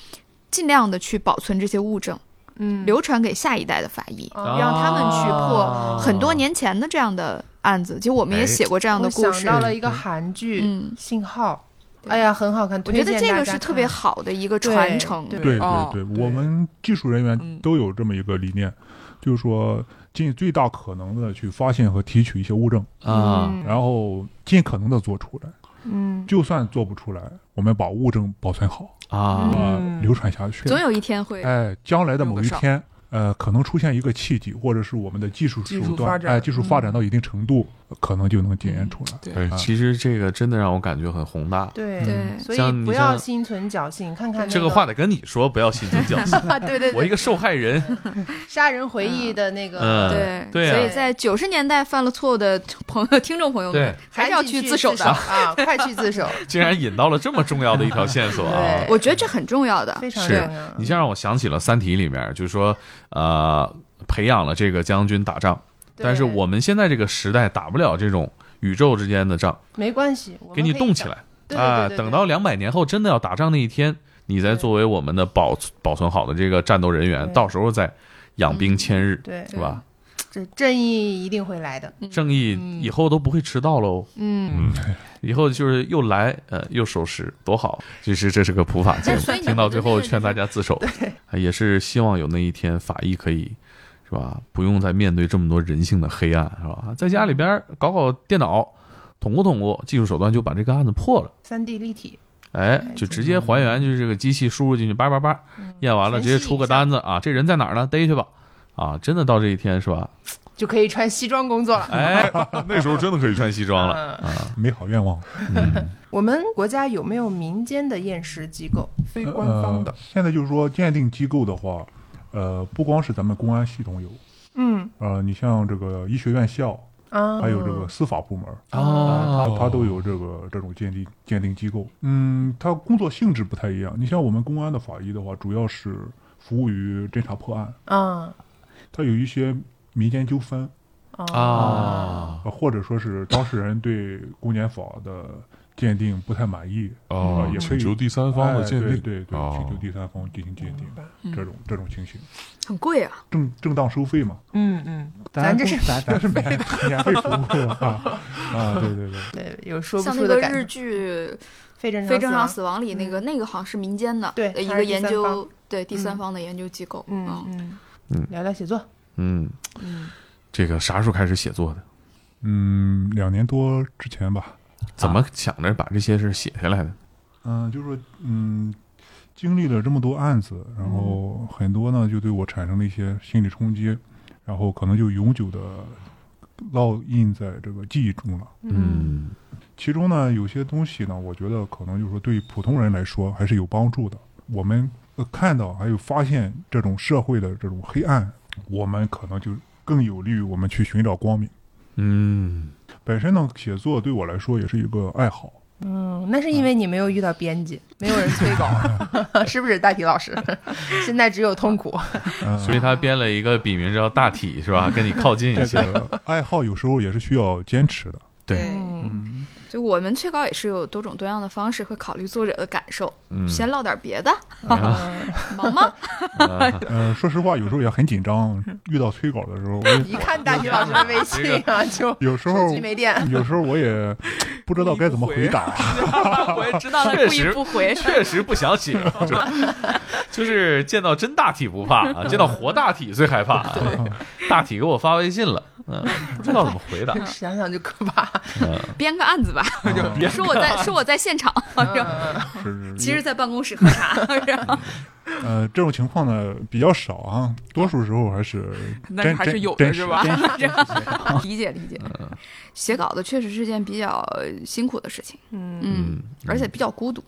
Speaker 3: 尽量的去保存这些物证，
Speaker 5: 嗯
Speaker 3: 流传给下一代的法医，
Speaker 5: 啊
Speaker 3: 让他们去破
Speaker 1: 啊
Speaker 3: 很多年前的这样的案子。其实我们
Speaker 1: 哎
Speaker 3: 也写过这样的
Speaker 5: 我
Speaker 3: 故
Speaker 5: 想
Speaker 3: 事，
Speaker 5: 到了一个韩剧《
Speaker 3: 嗯。
Speaker 5: 信号》，
Speaker 3: 对
Speaker 5: 哎呀，很好看，
Speaker 3: 我觉
Speaker 5: 推
Speaker 3: 得
Speaker 5: 荐
Speaker 3: 这
Speaker 5: 大
Speaker 3: 个
Speaker 5: 家
Speaker 3: 是特
Speaker 5: 看
Speaker 3: 别好的一个传承，
Speaker 5: 对
Speaker 2: 对
Speaker 4: 哦
Speaker 2: 对对，
Speaker 5: 对
Speaker 2: 我们技术人
Speaker 4: 嗯
Speaker 2: 员都有这么一个理念，就是说尽最大可能的去发现和提取一些物证，
Speaker 1: 啊！
Speaker 5: 嗯
Speaker 2: 然后尽可能的做出来。
Speaker 5: 嗯，
Speaker 2: 就算做不出来，我们把物证保存好
Speaker 1: 啊
Speaker 2: 啊、
Speaker 5: 嗯
Speaker 2: 流传下去
Speaker 3: 总。有一天会。
Speaker 2: 哎，将来的
Speaker 4: 用
Speaker 2: 某
Speaker 4: 得
Speaker 2: 一
Speaker 4: 上
Speaker 2: 天，呃，可能出现一个契机，或者是我们的技术
Speaker 5: 技
Speaker 2: 手
Speaker 5: 术
Speaker 2: 段
Speaker 5: 发，展嗯
Speaker 2: 哎，技术发展到一定程度，可能就能检验出来。
Speaker 4: 哎，
Speaker 1: 其实这个真的让我感觉很宏大。
Speaker 5: 对
Speaker 3: 对
Speaker 5: 所
Speaker 1: 像
Speaker 5: 以
Speaker 1: 你
Speaker 5: 不要
Speaker 1: 像
Speaker 5: 心存侥幸，看看、那
Speaker 1: 这个话得跟你说，不要心存侥幸。
Speaker 5: 啊，对对
Speaker 1: 我一
Speaker 5: 对，
Speaker 1: 个受害人，
Speaker 5: 杀人回忆的那个，
Speaker 1: 嗯
Speaker 3: 对
Speaker 1: 对啊
Speaker 3: 所以在九十年代犯了错误的朋友、听众朋友们
Speaker 1: 对，
Speaker 3: 还是要
Speaker 5: 赶紧去
Speaker 3: 自首的。
Speaker 5: 啊，快去自首，
Speaker 1: 竟然引到了这么重要的一条线索啊！
Speaker 5: 对
Speaker 3: 我觉得这很重要的。
Speaker 5: 非常
Speaker 1: 是
Speaker 5: 重要。
Speaker 1: 你这让我想起了《三体》里面，就是说，呃，培养了这个将军打仗，
Speaker 5: 对
Speaker 1: 但是我们现在这个时代打不了这种宇宙之间的仗，
Speaker 5: 没关系，我们
Speaker 1: 给你
Speaker 5: 可以
Speaker 1: 动起
Speaker 5: 等
Speaker 1: 来
Speaker 5: 对对
Speaker 1: 啊！
Speaker 5: 对对
Speaker 1: 等到两百年后真的要打仗那一天，你再作为我们的保保存好的这个战斗人员，
Speaker 5: 对嗯
Speaker 1: 到时候再养兵千日，
Speaker 5: 对
Speaker 1: 是吧？
Speaker 5: 这正义一定会来的。
Speaker 1: 正义
Speaker 5: 嗯
Speaker 1: 以后都不会迟到喽。
Speaker 3: 嗯，
Speaker 4: 嗯，
Speaker 1: 以后就是又来，呃，又守时，多好！其实这是个普法节
Speaker 3: 哎所以
Speaker 1: 目，
Speaker 3: 你
Speaker 1: 听到
Speaker 3: 们
Speaker 1: 最
Speaker 3: 的那
Speaker 1: 后
Speaker 3: 个
Speaker 1: 劝大家自首，哎也是希望有那一天法医可以，是吧？不用再面对这么多人性的黑暗，是吧？在家里边搞搞电脑，捅咕捅咕，技术手段就把这个案子破了。
Speaker 5: 三 D 立体，
Speaker 1: 哎，就直接还原，就是这个机器输入进去，叭叭叭，
Speaker 3: 嗯
Speaker 1: 验完了直接出个单子啊，这人在哪儿呢？逮去吧！啊，真的到这一天是 吧？
Speaker 5: 就可以穿西装工作了。
Speaker 1: 哎，
Speaker 4: 那时候真的可以穿
Speaker 1: 穿西装了，啊
Speaker 5: 嗯，
Speaker 2: 美好愿望，
Speaker 1: 嗯，
Speaker 5: 我们国家有没有民间的验尸机构？非官方的
Speaker 2: 呃。现在就是说，鉴定机构的话，呃，不光是咱们公安系统有，
Speaker 5: 嗯
Speaker 2: 呃，你像这个医学院校，
Speaker 5: 啊，
Speaker 2: 还有这个司法部门，
Speaker 1: 哦，
Speaker 2: 它它都有这个这种鉴定鉴定机构。嗯，它工作性质不太一样。你像我们公安的法医的话，主要是服务于侦查破案，
Speaker 5: 啊
Speaker 2: 它有一些民间纠纷，
Speaker 1: 啊。
Speaker 2: 呃或者说是当事人对公检法的鉴定不太满意，
Speaker 4: 哦，
Speaker 2: 嗯也可
Speaker 4: 请
Speaker 2: 以
Speaker 4: 求第三方的鉴
Speaker 2: 哎
Speaker 4: 定，
Speaker 2: 对对对，
Speaker 4: 哦
Speaker 2: 请求第三方进行鉴定，
Speaker 5: 嗯
Speaker 2: 这种这种情形，
Speaker 3: 很贵啊。
Speaker 2: 正正当收费嘛，
Speaker 5: 嗯嗯，咱这是
Speaker 2: 咱 咱是免免费服务啊， 啊，对对对，
Speaker 5: 对有说不
Speaker 3: 像
Speaker 5: 出
Speaker 3: 那
Speaker 5: 的
Speaker 3: 个
Speaker 5: 感
Speaker 3: 日
Speaker 5: 觉。
Speaker 3: 剧《
Speaker 5: 非正
Speaker 3: 非正常
Speaker 5: 死
Speaker 3: 死亡》里那个，那个好像是民间的，
Speaker 5: 对
Speaker 3: 呃一
Speaker 5: 它
Speaker 3: 个
Speaker 5: 是第
Speaker 3: 研
Speaker 5: 三
Speaker 3: 究
Speaker 5: 方，
Speaker 3: 对第三
Speaker 5: 嗯
Speaker 3: 方的研究机构。
Speaker 5: 亡。嗯
Speaker 1: 嗯
Speaker 5: 嗯，聊聊写作。
Speaker 1: 嗯，啊
Speaker 5: 嗯，
Speaker 1: 这个啥时候开始写作的？
Speaker 2: 嗯，两年多之前吧，
Speaker 1: 怎么想着把这些事写下来的？
Speaker 2: 嗯，就是说，嗯，经历了这么多案子，然后很多呢就对我产生了一些心理冲击，然后可能就永久的烙印在这个记忆中了。
Speaker 1: 嗯
Speaker 2: 其中呢，有些东西呢，我觉得可能就是说对普通人来说还是有帮助的。我们、呃、看到还有发现这种社会的这种黑暗，我们可能就更有利于我们去寻找光明。
Speaker 1: 嗯，
Speaker 2: 本身呢，写作对我来说也是一个爱好。
Speaker 5: 嗯，那是因为你没有遇到编辑，没有人催 稿，是不是大体老 师？现在只有痛苦。
Speaker 2: 嗯、
Speaker 1: 所以他编了一个笔名叫大体，是 吧？跟你靠近一
Speaker 2: 这
Speaker 1: 些。
Speaker 2: 个爱好有时候也是需要坚持的。
Speaker 1: 对，
Speaker 5: 嗯
Speaker 3: 就我们催稿也是有多种多样的方式，会考虑作者的感受，
Speaker 1: 嗯，
Speaker 3: 先唠点别的，
Speaker 5: 嗯
Speaker 3: 忙吗？
Speaker 1: 啊
Speaker 2: 呃，说实话，有时候也很紧张。遇到催稿的时候，我
Speaker 5: 一看大体老师的微信啊， 就
Speaker 2: 有时
Speaker 5: 手
Speaker 2: 候
Speaker 5: 机 没电。
Speaker 2: 有时候我也不知道该怎么回答。
Speaker 1: 我也知
Speaker 3: 知道了，
Speaker 1: 确
Speaker 3: 故意
Speaker 1: 实
Speaker 3: 不回 是吧
Speaker 1: 确实不想写，就 就是见到真大体不怕啊，见到活大体最害怕。啊大体给我发微信了，嗯，不知道怎么回答。
Speaker 5: 想想就可怕，
Speaker 3: 编个案 子吧，说我在说我在现 场，
Speaker 2: 嗯是
Speaker 3: 其实在办公室喝茶，然后
Speaker 2: 呃，这种情况呢比较少啊，多数时候还是
Speaker 3: 那
Speaker 2: 真
Speaker 3: 还是有的
Speaker 2: 真
Speaker 3: 是
Speaker 2: 实
Speaker 3: 吧
Speaker 2: 真实？
Speaker 3: 理解理解。
Speaker 1: 嗯
Speaker 3: 写稿子确实是件比较呃辛苦的事情，
Speaker 5: 嗯
Speaker 3: 嗯
Speaker 1: 嗯，
Speaker 3: 而且比较孤独，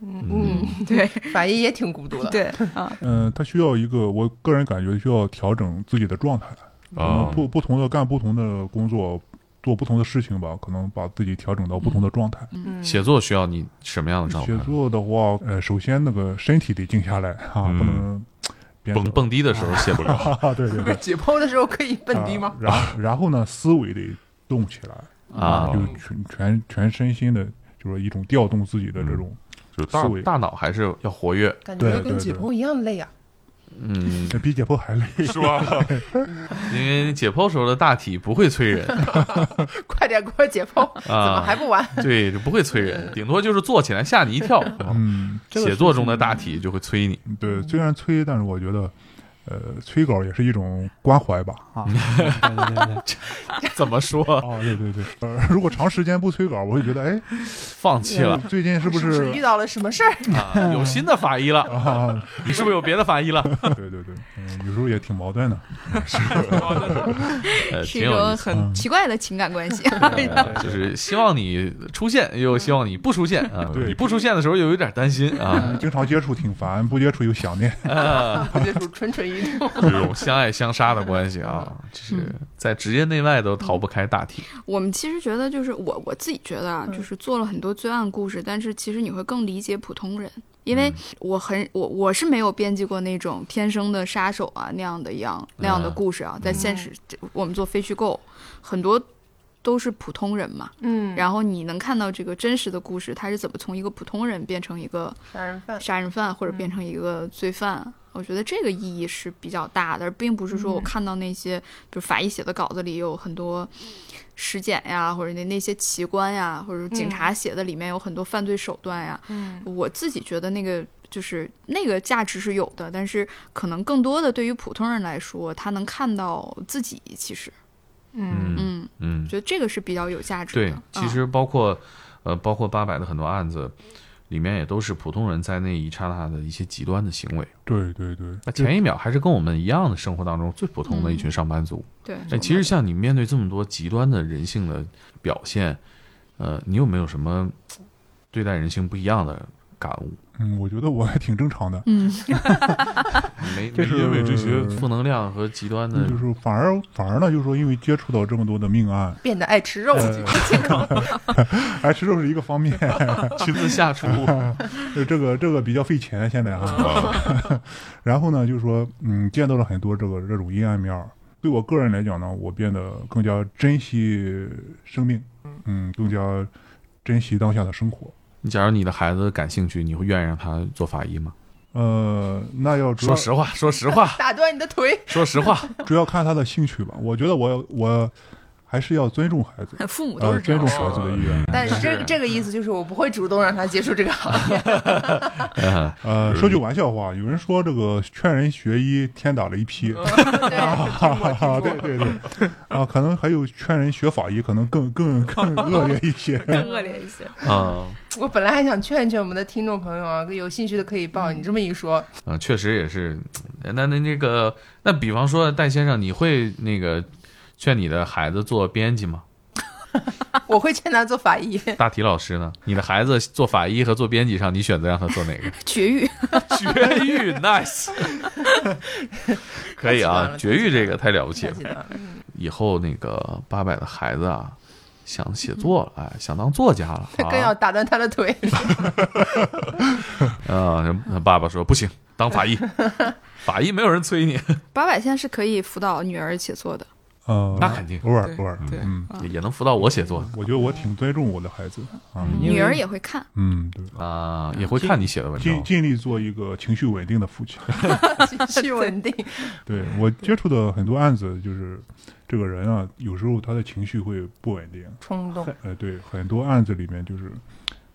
Speaker 5: 嗯，
Speaker 3: 对
Speaker 5: 法医也挺孤独的，
Speaker 3: 对 啊，
Speaker 2: 嗯，他需要一个，我个人感觉需要调整自己的状态。可能
Speaker 3: 嗯
Speaker 1: 哦
Speaker 2: 不不同的干不同的工作，做不同的事情吧，可能把自己调整到不同的状态。
Speaker 5: 嗯
Speaker 1: 写作需要你什么样的状态
Speaker 2: 写？作的话，呃，首先那个身体得静下来啊，
Speaker 4: 嗯
Speaker 2: 不能编
Speaker 1: 蹦
Speaker 2: 的
Speaker 1: 蹦迪的时候写不了。
Speaker 2: 啊，对对
Speaker 5: 不
Speaker 2: 对，
Speaker 5: 是解剖的时候可以 蹦迪吗
Speaker 2: 啊？然后然后呢，思维得动起来
Speaker 1: 啊
Speaker 2: 就全全全身心的，就是一种调动自己的这种，
Speaker 4: 就是大
Speaker 1: 大
Speaker 2: 思维
Speaker 1: 大脑还是要活跃，
Speaker 5: 感
Speaker 2: 对
Speaker 5: 觉跟
Speaker 2: 对
Speaker 5: 解
Speaker 2: 对
Speaker 5: 剖一样累啊。
Speaker 1: 嗯，
Speaker 2: 比解剖还累。
Speaker 4: 是吧？
Speaker 1: 因为解剖时候的大体不会催 人
Speaker 5: 快点给我解剖，怎么
Speaker 1: 啊
Speaker 5: 还，不完？
Speaker 1: 对，就不会催人，顶多就是坐起来吓你一跳。
Speaker 2: 嗯，这个
Speaker 1: 写作中的大体就会催 你，
Speaker 2: 对，虽然催，但是我觉得，呃，催稿也是一种关怀吧。
Speaker 6: 啊，对对对对，
Speaker 1: 怎么说
Speaker 2: 啊，对对对，呃，如果长时间不催稿，我会觉得，哎，
Speaker 1: 放弃 了
Speaker 2: 最近是不
Speaker 5: 是
Speaker 2: 是
Speaker 5: 遇到了什么事儿？
Speaker 1: 啊？有新的法医了，
Speaker 2: 啊？
Speaker 1: 你是不是有别的法医了？
Speaker 2: 对对对，嗯嗯有时候也挺矛盾的。
Speaker 1: 呃，
Speaker 3: 是
Speaker 1: 挺
Speaker 3: 一
Speaker 1: 有意
Speaker 3: 种
Speaker 1: 思
Speaker 3: 很奇怪的情感关系。
Speaker 1: 的，就是希望你出现，也有希望你不出现啊。
Speaker 2: 对
Speaker 1: 你不出现的时候又有点担心 啊，呃
Speaker 2: 经常接触挺烦，不接触又想念。
Speaker 5: 不接触蠢蠢欲动。
Speaker 1: 这种相爱相杀的关系啊，就是
Speaker 5: 嗯
Speaker 1: 在职业内外都逃不开大题。
Speaker 3: 我们其实觉得，就是我我自己觉得啊，
Speaker 5: 嗯
Speaker 3: 就是做了很多罪案故事，但是其实你会更理解普通人，因为我很我我是没有编辑过那种天生的杀手啊那样的样那样的故事啊，在现实、这我们做非虚构，很多都是普通人嘛，
Speaker 5: 嗯
Speaker 3: 然后你能看到这个真实的故事，他是怎么从一个普通人变成一个
Speaker 5: 杀人犯，
Speaker 3: 杀人犯或者
Speaker 5: 嗯
Speaker 3: 变成一个罪犯。我觉得这个意义是比较大的，而并不是说我
Speaker 5: 嗯
Speaker 3: 看到那些，比如法医写的稿子里有很多尸检呀，或者那那些奇观呀，或者说警察写的里面有很多犯罪手段呀。
Speaker 5: 嗯
Speaker 3: 我自己觉得那个就是那个价值是有的，但是可能更多的对于普通人来说，他能看到自己，其实，
Speaker 5: 嗯
Speaker 3: 嗯，
Speaker 1: 嗯
Speaker 3: 我，觉得这个是比较有价值的。
Speaker 1: 对，其
Speaker 3: 嗯
Speaker 1: 实包括、呃，包括八百的很多案子，里面也都是普通人在那一刹那的一些极端的行为。
Speaker 2: 对对对，
Speaker 1: 那前一秒还是跟我们一样的生活当中最普通的一
Speaker 3: 嗯
Speaker 1: 群上班族。
Speaker 3: 对，
Speaker 1: 哎、其实像你面对这么多极端的人性的表现，呃，你有没有什么嘖对待人性不一样的感悟？
Speaker 2: 嗯，我觉得我还挺正常的，
Speaker 3: 嗯，
Speaker 1: 你没
Speaker 2: 就
Speaker 1: 没
Speaker 2: 是
Speaker 1: 因为这些
Speaker 2: 嗯
Speaker 1: 负能量和极端的，
Speaker 2: 就是反而反而呢，就是说因为接触到这么多的命案，
Speaker 5: 变得爱吃肉，，
Speaker 1: 嗯
Speaker 2: 呃 哎，吃肉是一个方面，
Speaker 1: 亲自下厨，
Speaker 2: 就这个这个比较费钱现在啊。
Speaker 3: 哦
Speaker 2: 然后呢，就是说，嗯，见到了很多这个这种阴暗面儿。对我个人来讲呢，我变得更加珍惜生命，嗯，更加珍惜当下的生活。
Speaker 1: 你假如你的孩子感兴趣，你会愿意让他做法医吗？
Speaker 2: 呃，那要主要
Speaker 1: 说实话，说实话
Speaker 5: 打断你的腿。
Speaker 1: 说实话，
Speaker 2: 主要看他的兴趣吧。我觉得我我还是要尊重孩子，
Speaker 3: 父母都
Speaker 2: 呃，
Speaker 3: 是
Speaker 2: 尊
Speaker 3: 这样
Speaker 2: 重。孩子的意
Speaker 1: 嗯
Speaker 2: 愿。
Speaker 5: 但是这
Speaker 1: 是
Speaker 5: 这个意思就是，我不会主动让他接触这个行 业。
Speaker 1: 呃
Speaker 2: 呃，说句玩笑话，有人说这个劝人学医，天打雷劈。
Speaker 3: 嗯
Speaker 5: 对，
Speaker 2: 啊，对对对，啊，可能还有劝人学法医，可能更更 更恶劣一些。
Speaker 3: 更恶劣一些，
Speaker 1: 嗯
Speaker 5: 我本来还想劝劝我们的听众朋友啊，有兴趣的可以报。你这么一说，
Speaker 1: 啊，确实也是。呃那那那个，那比方说戴先生，你会那个劝你的孩子做编辑吗？
Speaker 5: 我会劝他做法医。
Speaker 1: 大体老师呢？你的孩子做法医和做编辑上，你选择让他做哪个？
Speaker 3: 绝育。
Speaker 1: 绝育，nice，可以
Speaker 5: 太喜欢
Speaker 1: 啊，
Speaker 5: 了
Speaker 1: 绝育这个太了不起
Speaker 5: 太
Speaker 1: 了
Speaker 5: 记。得了
Speaker 1: 以后那个八百的孩子啊，想写作了，哎，想当作家了
Speaker 5: 他更要
Speaker 1: 啊。
Speaker 5: 打断他 的腿。
Speaker 1: 嗯，爸爸说不行，当法医， 法医没有人催
Speaker 5: 啊
Speaker 1: 你，
Speaker 3: 八百现在是可以辅导女儿写作的，
Speaker 2: 呃，
Speaker 1: 那肯定
Speaker 2: 偶尔
Speaker 3: 对
Speaker 2: 偶尔，
Speaker 3: 对
Speaker 2: 嗯，
Speaker 1: 也也能辅导我写作
Speaker 2: 我觉得我挺尊重我的孩子啊，
Speaker 6: 因为
Speaker 3: 女儿也会看。
Speaker 2: 嗯，对，
Speaker 1: 啊，也会看你写的文章
Speaker 2: 尽。尽力做一个情绪稳定的 父亲。
Speaker 5: 情绪稳定，
Speaker 2: 对我接触的很多案子，就是这个人啊，有时候他的情绪会不稳定。
Speaker 5: 冲动。
Speaker 2: 呃，对，很多案子里面就是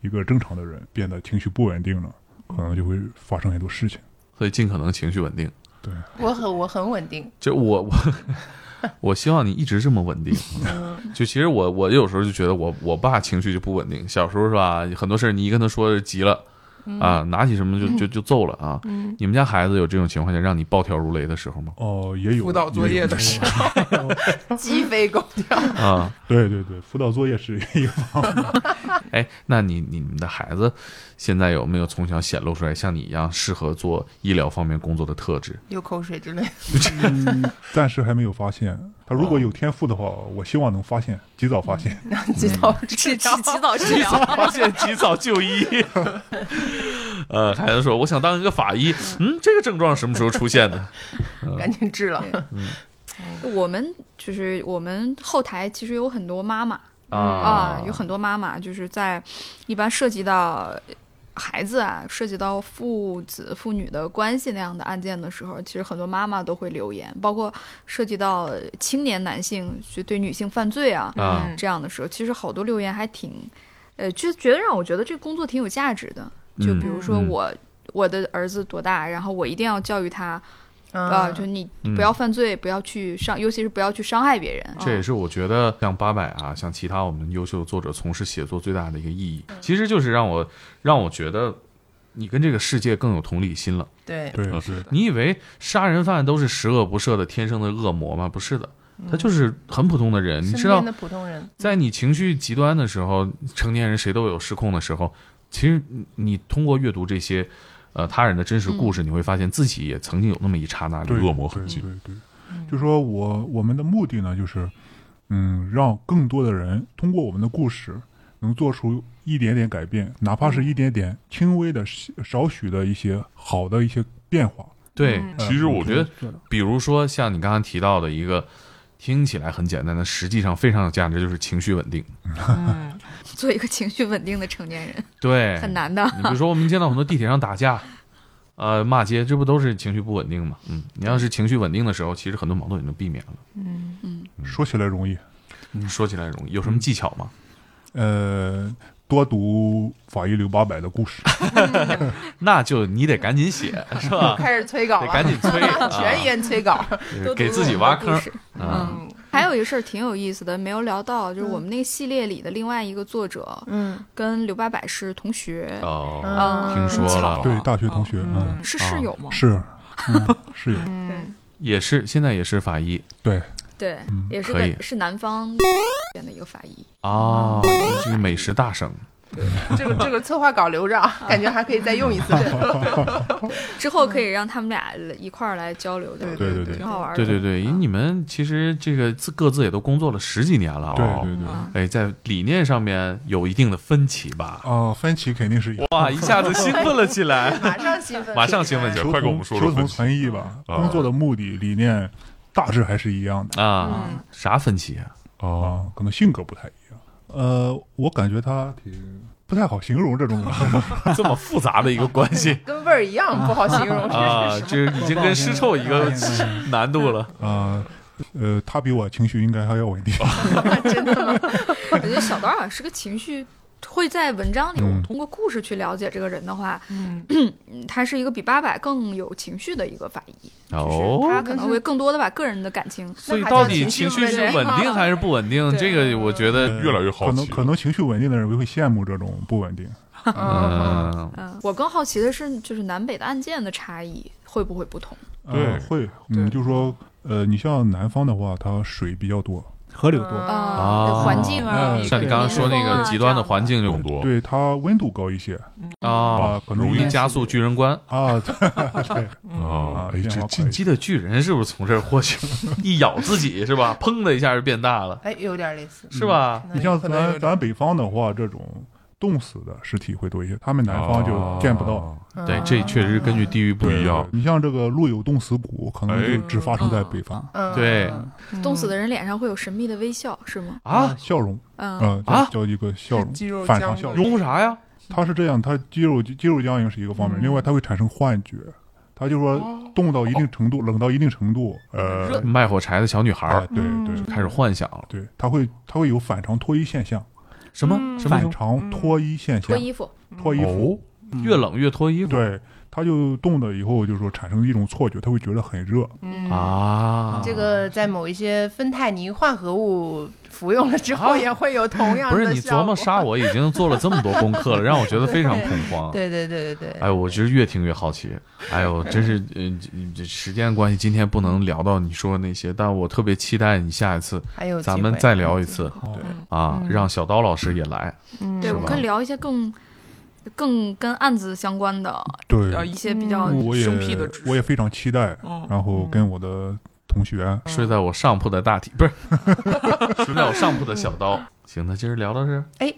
Speaker 2: 一个正常的人变得情绪不稳定了，可能就会发生很多事情。
Speaker 1: 所以尽可能情绪稳定。
Speaker 2: 对，
Speaker 5: 我很我很稳定，
Speaker 1: 就我我我希望你一直这么稳定。就其实我我有时候就觉得我我爸情绪就不稳定，小时候是吧，很多事儿你一跟他说就急了。啊，拿起什么就就就揍了啊！你们家孩子有这种情况下让你暴跳如雷的时候 吗？
Speaker 2: 哦、也有
Speaker 5: 辅导作
Speaker 2: 也有
Speaker 5: 业的时候，鸡飞狗跳。
Speaker 1: 啊，
Speaker 2: 对对对，辅导作业是一个
Speaker 1: 哎，那你你们的孩子现在有没有从小显露出来像你一样适合做医疗方面工作的特质？
Speaker 5: 流口水之类的。
Speaker 2: 嗯，暂时还没有发现。他如果有天赋的话，我希望能发现，及早发
Speaker 4: 哦
Speaker 2: 现。
Speaker 5: 及
Speaker 1: 嗯
Speaker 5: 早治疗，
Speaker 3: 早治疗，
Speaker 1: 发 现及早就医。 呃，孩子说：“我想当一个法医。”嗯，这个症状什么时候出现的？
Speaker 5: 赶紧治了。
Speaker 3: 我们就是我们后台其实有很多妈妈啊、有很多妈妈就是在一般涉及到孩子啊，涉及到父子父女的关系那样的案件的时候，其实很多妈妈都会留言，包括涉及到青年男性就对女性犯罪啊、
Speaker 1: 啊，
Speaker 5: 嗯
Speaker 3: 这样的时候，其实好多留言还挺，呃，就觉得让我觉得这个工作挺有价值的。就比如说
Speaker 1: 嗯嗯
Speaker 3: 我、我的儿子多大，然后我一定要教育他。啊，就你
Speaker 1: 嗯
Speaker 3: 不要犯罪，不要去伤，尤其是不要去伤害别人。啊
Speaker 1: 这也是我觉得像八百啊，像其他
Speaker 3: 嗯
Speaker 1: 我们优秀的作者从事写作最大的一个意义，其实就是让我让我觉得你跟这个世界更有同理心了。
Speaker 5: 对，
Speaker 2: 对
Speaker 1: 嗯
Speaker 2: 对，
Speaker 1: 你以为杀人犯都是十恶不赦的天生的恶魔吗？不是的，
Speaker 3: 嗯
Speaker 1: 他就是很普通的人。你
Speaker 5: 身
Speaker 1: 知道
Speaker 5: 边，的普通人，
Speaker 1: 在你情绪极端的时候，成年人谁都有失控的时候。其实你你通过阅读这些，呃，他人的真实故
Speaker 3: 嗯
Speaker 1: 事，你会发现自己也曾经有那么一刹那的
Speaker 2: 对
Speaker 1: 恶魔
Speaker 2: 对
Speaker 1: 痕迹。
Speaker 2: 对对，
Speaker 5: 嗯
Speaker 2: 就说我我们的目的呢，就是嗯，让更多的人通过我们的故事，能做出一点点改变，哪怕是一点点轻微的、少许的一些好的一些变化。
Speaker 1: 对，
Speaker 5: 嗯
Speaker 2: 呃
Speaker 4: 其实我
Speaker 1: 觉得比如说像你刚刚提到的一个。听起来很简单的，实际上非常有价值，就是情绪稳定。
Speaker 5: 嗯，
Speaker 3: 做一个情绪稳定的成年人
Speaker 1: 对，
Speaker 3: 很难的。
Speaker 1: 你比如说，我们见到很多地铁上打架， 呃，骂街，这不都是情绪不稳定吗？嗯，你要是情绪稳定的时候，其实很多矛盾也能避免了。
Speaker 5: 嗯
Speaker 2: 说起来容易，
Speaker 1: 说起来容易，有什么技巧吗？
Speaker 2: 呃，多读法医刘八百的故事。
Speaker 1: 那就你得赶紧写，是吧？
Speaker 5: 开始催稿
Speaker 1: 啊得
Speaker 5: 了，
Speaker 1: 赶紧 催啊
Speaker 5: 全员催稿，都
Speaker 1: 给
Speaker 5: 读
Speaker 1: 自己
Speaker 5: 我
Speaker 1: 挖
Speaker 5: 的
Speaker 1: 坑
Speaker 5: 故
Speaker 1: 儿
Speaker 5: 事
Speaker 1: 啊。
Speaker 5: 嗯
Speaker 3: 还有一个事儿挺有意思的，没有聊到，就是我们那个系列里的另外一个作者
Speaker 5: 嗯
Speaker 3: 跟刘八百是同学，
Speaker 1: 哦，
Speaker 3: 嗯，
Speaker 1: 听说
Speaker 4: 啊
Speaker 1: 了哦
Speaker 2: 对，大学同学，嗯，
Speaker 3: 是室友吗？
Speaker 2: 是，嗯，是有，
Speaker 5: 嗯，
Speaker 1: 也是现在也是法医
Speaker 2: 对，
Speaker 3: 对，
Speaker 2: 嗯
Speaker 3: 也是
Speaker 1: 可以
Speaker 3: 个是南方边的一个法医。
Speaker 1: 哦，这个美食大省，
Speaker 5: 这个这个策划稿留着啊，感觉还可以再用一次。
Speaker 3: 之后可以
Speaker 5: 嗯
Speaker 3: 让他们俩一块儿来交流交流，
Speaker 2: 对对对
Speaker 3: 挺好玩的。
Speaker 1: 对对对，因为你们其实这个自各自也都工作了十几年了
Speaker 2: 对
Speaker 1: 哦，
Speaker 2: 对对。
Speaker 3: 啊
Speaker 5: 啊
Speaker 1: 哎，在理念上面有一定的分歧吧？
Speaker 2: 哦，分歧肯定是有，
Speaker 1: 哇，一下子兴奋了起来。
Speaker 5: 马上兴奋，
Speaker 1: 马上兴奋起来
Speaker 2: 求
Speaker 4: 快给我
Speaker 2: 同
Speaker 4: 们说
Speaker 2: 求
Speaker 4: 说
Speaker 2: 同
Speaker 4: 分歧
Speaker 2: 存异吧。
Speaker 4: 啊
Speaker 2: 工作的目的、理念大致还是一样 的
Speaker 1: 啊，啥分歧啊？
Speaker 4: 哦，
Speaker 2: 啊，可能性格不太一样。呃，我感觉他挺不太好形容这种 人，
Speaker 1: 这么复杂的一个关系
Speaker 5: 跟味儿一样，不好形容。
Speaker 1: 啊，这已经跟尸臭一个 难度了。
Speaker 2: 啊，呃，他比我情绪应该还要稳定。
Speaker 4: 啊
Speaker 3: 我觉得小刀啊是个情绪。会在文章里，
Speaker 2: 嗯
Speaker 3: 我通过故事去了解这个人的话，
Speaker 5: 嗯，
Speaker 3: 嗯他是一个比八百更有情绪的一个法医，就是
Speaker 1: 哦，
Speaker 3: 他可能会更多的把个人的感情，
Speaker 1: 所以
Speaker 5: 那还
Speaker 1: 到
Speaker 5: 叫
Speaker 1: 底情
Speaker 5: 情绪
Speaker 1: 绪是
Speaker 5: 稳定
Speaker 1: 稳定还是不稳定？
Speaker 3: 对
Speaker 1: 这个我觉得，
Speaker 2: 呃
Speaker 4: 越来越好
Speaker 2: 可能
Speaker 4: 奇
Speaker 2: 可能情绪稳定的人会羡慕这种不稳定。
Speaker 5: 嗯，
Speaker 1: 嗯，
Speaker 3: 嗯，我更好奇的是，就是南北的案件的差异会不会不同？
Speaker 2: 呃
Speaker 4: 对
Speaker 2: 会，
Speaker 5: 对
Speaker 2: 嗯，就说呃，你像南方的话，它水比较多，
Speaker 6: 河流多，
Speaker 1: 啊
Speaker 3: 呃环境啊，
Speaker 2: 嗯
Speaker 1: 像你刚刚说那个极端的环境
Speaker 4: 更
Speaker 1: 就
Speaker 4: 多
Speaker 2: 对它温度高一些
Speaker 1: 啊，
Speaker 2: 啊，可能
Speaker 1: 容易加速巨人观。
Speaker 2: 啊， 对，
Speaker 4: 啊
Speaker 2: 啊，
Speaker 4: 哎，
Speaker 2: 变化
Speaker 4: 这这
Speaker 2: 快
Speaker 1: 进击的巨人是不是从这儿获取？ 一咬自己是吧？砰的一下就变大了，
Speaker 5: 哎，有点类似。
Speaker 1: 是吧？
Speaker 2: 你像咱咱北方的话，这种冻死的尸体会多一些，他们南方就见不到。
Speaker 4: 哦
Speaker 5: 嗯
Speaker 1: 对，这确实根据地啊域不
Speaker 4: 对
Speaker 1: 一样。哎
Speaker 4: 啊
Speaker 2: 你像这个陆有冻死骨，可能就只发生在北方。
Speaker 5: 嗯，
Speaker 1: 对
Speaker 3: 冻死的人脸上会有神秘的微笑，是吗？
Speaker 1: 啊，
Speaker 2: 笑容，
Speaker 3: 嗯，
Speaker 2: 嗯，
Speaker 1: 啊
Speaker 2: 叫叫一个笑容
Speaker 5: 肌肉，
Speaker 2: 反常
Speaker 5: 僵
Speaker 2: 笑容。
Speaker 1: 用啥呀？
Speaker 2: 它是这样，它肌肉肌肉僵硬是一个方面，
Speaker 5: 嗯哦
Speaker 2: 另外它会产生幻觉，它就说冻到一定程度，冷到一定程度，呃，
Speaker 1: 卖火柴的小女孩
Speaker 2: 哎
Speaker 1: 儿
Speaker 2: 对
Speaker 5: 嗯
Speaker 2: 对
Speaker 1: 开始幻想了，
Speaker 2: 对，它会它会有反常脱衣现象，
Speaker 1: 什么
Speaker 5: 嗯
Speaker 1: 什么
Speaker 2: 反常脱衣现
Speaker 3: 脱
Speaker 2: 象，
Speaker 3: 衣服，
Speaker 2: 脱衣
Speaker 1: 哦
Speaker 2: 服，
Speaker 1: 越冷越脱衣服。
Speaker 2: 对，它就冻了以后，就说产生一种错觉，它会觉得很热，
Speaker 5: 嗯
Speaker 1: 啊，
Speaker 5: 这个在某一些芬太尼化合物服用了之后，也会有同样
Speaker 1: 啊不
Speaker 5: 的
Speaker 1: 是你
Speaker 5: 效
Speaker 1: 琢磨
Speaker 5: 果
Speaker 1: 杀啊我已经做了这么多功课了，让我觉得非常恐慌。
Speaker 5: 对对对对对，
Speaker 1: 哎，我就是越听越好奇。哎呦，真是，嗯、这这时间关系，今天不能聊到你说的那些，但我特别期待你下一次
Speaker 5: 还有机
Speaker 1: 咱们
Speaker 5: 会
Speaker 1: 再聊一次
Speaker 2: 对
Speaker 3: 嗯
Speaker 1: 啊，让小刀老师也来。
Speaker 5: 嗯
Speaker 3: 对我们可以聊一些更更跟案子相关的，
Speaker 2: 对，
Speaker 3: 呃，一些比较
Speaker 2: 我也
Speaker 3: 生僻的知识。
Speaker 2: 我也非常期待，
Speaker 3: 嗯
Speaker 2: 然后跟我的同学，
Speaker 1: 睡在我上铺的大体不是，睡在我上铺的小刀。行，那今儿聊到这儿，
Speaker 5: 哎，